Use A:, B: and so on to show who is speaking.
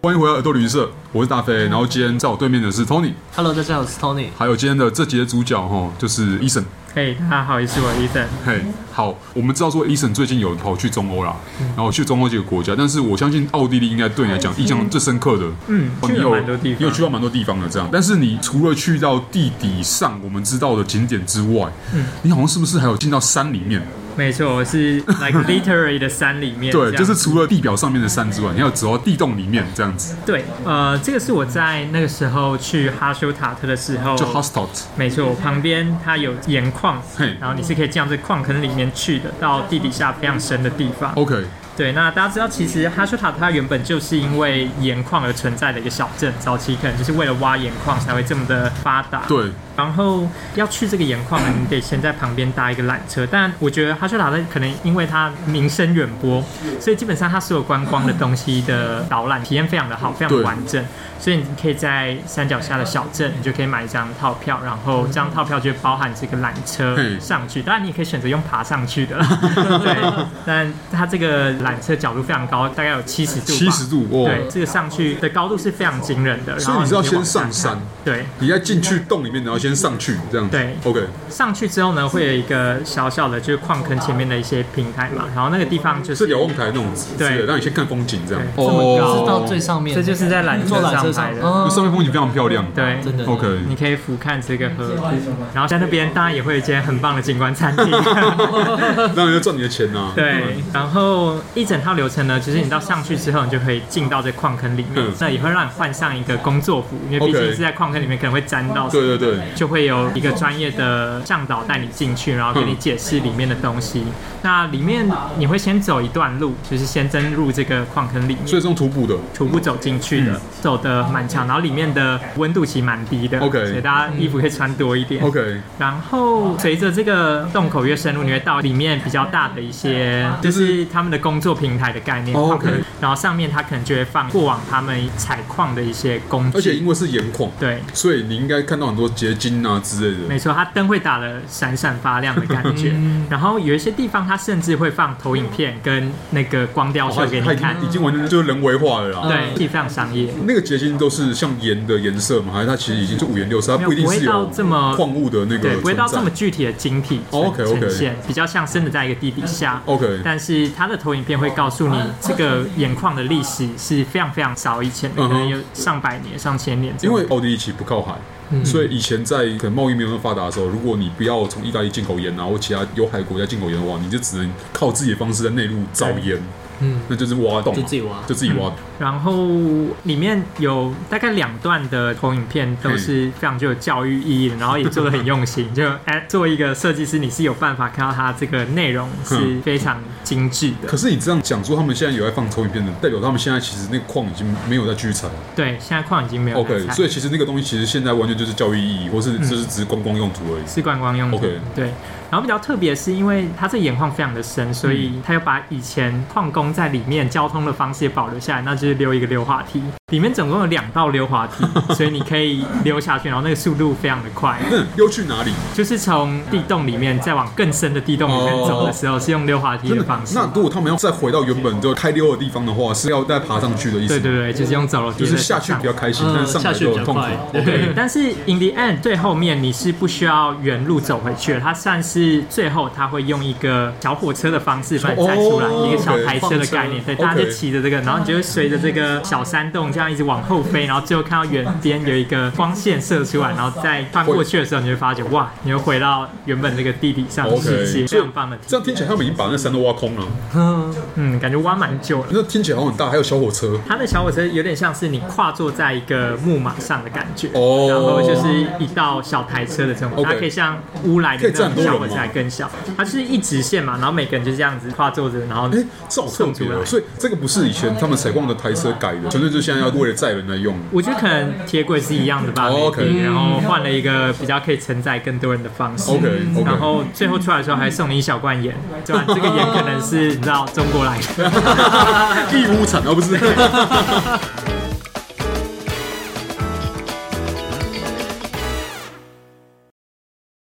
A: 欢迎回到耳朵旅行社，我是大飞。然后今天在我对面的是 Tony，
B: Hello，大家好，我是 Tony。
A: 还有今天的这集的主角哈，就是医生。
C: 嘿，大家好，也是我 Ethan。
A: 嘿，好，我们知道说 Eason 最近有跑去中欧啦，
C: 嗯
A: 然后去中欧几个国家，但是我相信奥地利应该对你来讲印象最深刻的，
C: 嗯
A: 哦
C: 去
A: 你
C: 了
A: 有
C: 蛮多地方
A: 你有去到蛮多地方的这样。但是你除了去到地底上我们知道的景点之外，
C: 嗯
A: 你好像是不是还有进到山里面？
C: 没错，我 是 like literally 的山里面。
A: 对，
C: 这样
A: 就是除了地表上面的山之外，你还有走到地洞里面这样子，
C: 对，呃，这个是我在那个时候去哈修塔特的时候，
A: 就 hostel。
C: 没错，旁边它有盐矿
A: 嘿，
C: 然后你是可以这样子矿坑里面去的，到地底下非常深的地方。
A: OK，
C: 对，那大家知道，其实哈修塔它原本就是因为盐矿而存在的一个小镇，早期可能就是为了挖盐矿才会这么的发达。
A: 对，
C: 然后要去这个盐矿，你得先在旁边搭一个缆车。但我觉得哈修塔特可能因为它名声远播，所以基本上它所有观光的东西的导览体验非常的好，非常
A: 对
C: 的完整。所以你可以在山脚下的小镇，你就可以买一张套票，然后这张套票就包含这个缆车
A: 嘿
C: 上去。当然，你也可以选择用爬上去 的，对。但它这个缆车角度非常高，大概有七十度吧。
A: 七十度哦，
C: 对，这个上去的高度是非常惊人的。然
A: 所以
C: 后
A: 你是要
C: 就
A: 先
C: 往
A: 上
C: 看
A: 山，
C: 对。
A: 你要进去洞里面，然后先上去这样子。
C: 对
A: ，OK，
C: 上去之后呢，会有一个小小的，就是矿坑前面的一些平台嘛，然后那个地方就是是
A: 瞭望台那种之类的，
C: 对
A: 让你先看风景这样。
C: 对这
B: 我
C: 么高
A: 哦
B: 是到最上面，
C: 这就是在缆
B: 坐缆车
C: 车上
B: 上
C: 拍，的，
B: 嗯
A: 就上面风景非常漂亮。
C: 对，
B: 真的
A: ，OK，
C: 你可以俯瞰这个河，然后在那边当然也会有一间很棒的景观餐 厅，
A: 让人家赚你的钱呐、啊。
C: 对，然后一整套流程呢，就是你到上去之后，你就可以进到这矿坑里面
A: 嗯，
C: 那也会让你换上一个工作服，因为毕
A: OK
C: 竟是在矿坑里面，可能会沾到
A: 对对对，
C: 就会有一个专业的向导带你进去，然后给你解释里面的东西。那里面你会先走一段路，就是先登入这个矿坑里
A: 所以
C: 面，
A: 是用徒步的。
C: 徒步走进去的，走的蛮长，然后里面的温度其实蛮低的
A: 嗯 OK
C: 所以大家衣服可以穿多一点。
A: OK，
C: 然后随着这个洞口越深入，你会到里面比较大的一些，
A: 就
C: 就是是他们的工作平台的概念，
A: 哦
C: 矿坑
A: OK
C: 然后上面它可能就会放过往他们采矿的一些工具，
A: 而且因为是盐矿，
C: 对。
A: 所以你应该看到很多结晶啊之类
C: 没
A: 的。
C: 错，它灯会打的闪闪发亮的感觉，
A: 嗯
C: 然后有一些地方它甚至会放投影片跟那个光雕
A: 哦它
C: 秀给你
A: 它
C: 看
A: 已，经已嗯经完全就是人为化了啦。
C: 对，非常商业。
A: 那个结晶都是像盐的颜色嘛，还是它其实已经是五颜六色，它不一定是
C: 没有不会
A: 有
C: 到这么
A: 矿物的那个
C: 对，不会到这
A: 存
C: 么
A: 在
C: 具体的晶体呈
A: 嗯哦，OK，OK
C: 呈现，比较像真的在一个地底下。
A: OK
C: 但是它的投影片会告诉你，这个盐矿的历史是非常非常早以前的，
A: 嗯哼
C: 可能有上百年、上千
B: 啊
C: 年这
A: 因
C: 种。
A: 为奥地利其实不靠海，
B: 嗯
A: 所以以前在可能贸易没有那么发达的时候，如果你不要从意大利进口盐啊，或其他有海国家进口盐的话，你就只能靠自己的方式在内陆找盐，
B: 嗯，
A: 那就是挖洞嘛，
B: 就自己挖
A: 就自己挖。
C: 然后里面有大概两段的投影片都是非常具有教育意义的，然后也做的很用心。就 哎，作为一个设计师，你是有办法看到它这个内容是非常精致的
A: 可。是你这样讲说他们现在有在放投影片的，代表他们现在其实那个矿已经没有在继续采了。
C: 对，现在矿已经没有
A: OK，所
C: 在采
A: 以其实那个东西其实现在完全就是教育意义，或是
B: 嗯
A: 就是只是观光用途而已。
C: 是观光用途。
A: OK
C: 对，然后比较特别是因为它这盐矿非常的深，所
A: 嗯
C: 以它又把以前矿工在里面交通的方式也保留下来，那就是溜一个溜滑梯。里面总共有两道溜 滑梯，所以你可以溜下去，然后那个速度非常的快。
A: 那又嗯去哪里？
C: 就是从地洞里面再往更深的地洞里面走的时候，是用溜滑梯
A: 真
C: 的
A: 的
C: 方式。
A: 那如果他们要再回到原本就开溜的地方的话，是要再爬上去的意思
C: 对
A: 吗。
C: 对对，就是用走楼梯
A: 就
C: 的
A: 是下去
C: 上
A: 比较开心，
B: 嗯
A: 但是上来就很痛苦
B: 下去。比较快
A: OK，
C: 对，但是 in the end 最后面你是不需要原路走回去的，它算是最后它会用一个小火车的方式把你载出来，
A: 哦
C: 一个小台车的概念，
B: 放
C: 对，
A: OK
C: 大家就骑着这个，然后你就会随着这个小山洞这样一直往后飞，然后最后看到远边有一个光线射出来，然后再穿过去的时候，你就会发觉哇，你又回到原本这个地底上的
A: OK，
C: 世
A: 所
C: 界，非
A: 以
C: 常棒的体
A: 这
C: 验。
A: 样听起来他们已经把那山都挖空了，
B: 嗯，
C: 嗯，感觉挖蛮久了。
A: 那听起来好像很大，还有小火车。
C: 它的小火车有点像是你跨坐在一个木马上的感觉，
A: 哦
C: 然后就是一道小台车的这种，
A: OK
C: 它可以像乌来的
A: 可
C: 那
A: 以
C: 种
A: 站
C: 小
A: 多
C: 火
A: 人
C: 车
A: 吗
C: 还更小，它就是一直线嘛，然后每个人就这样子跨坐着，然后
A: 哎，这好特别哦！所以这个不是以前他们采矿的台车改的，纯粹就现在要为了载人来用。
C: 我觉得可能铁轨是一样的吧
A: 哦 OK
C: maybe，然后换了一个比较可以承载更多人的方式
A: OK，OK
C: 然后最后出来的时候还送你一小罐 盐，对吧？这个盐可能是你知道中国来的。
A: 义乌产而不是。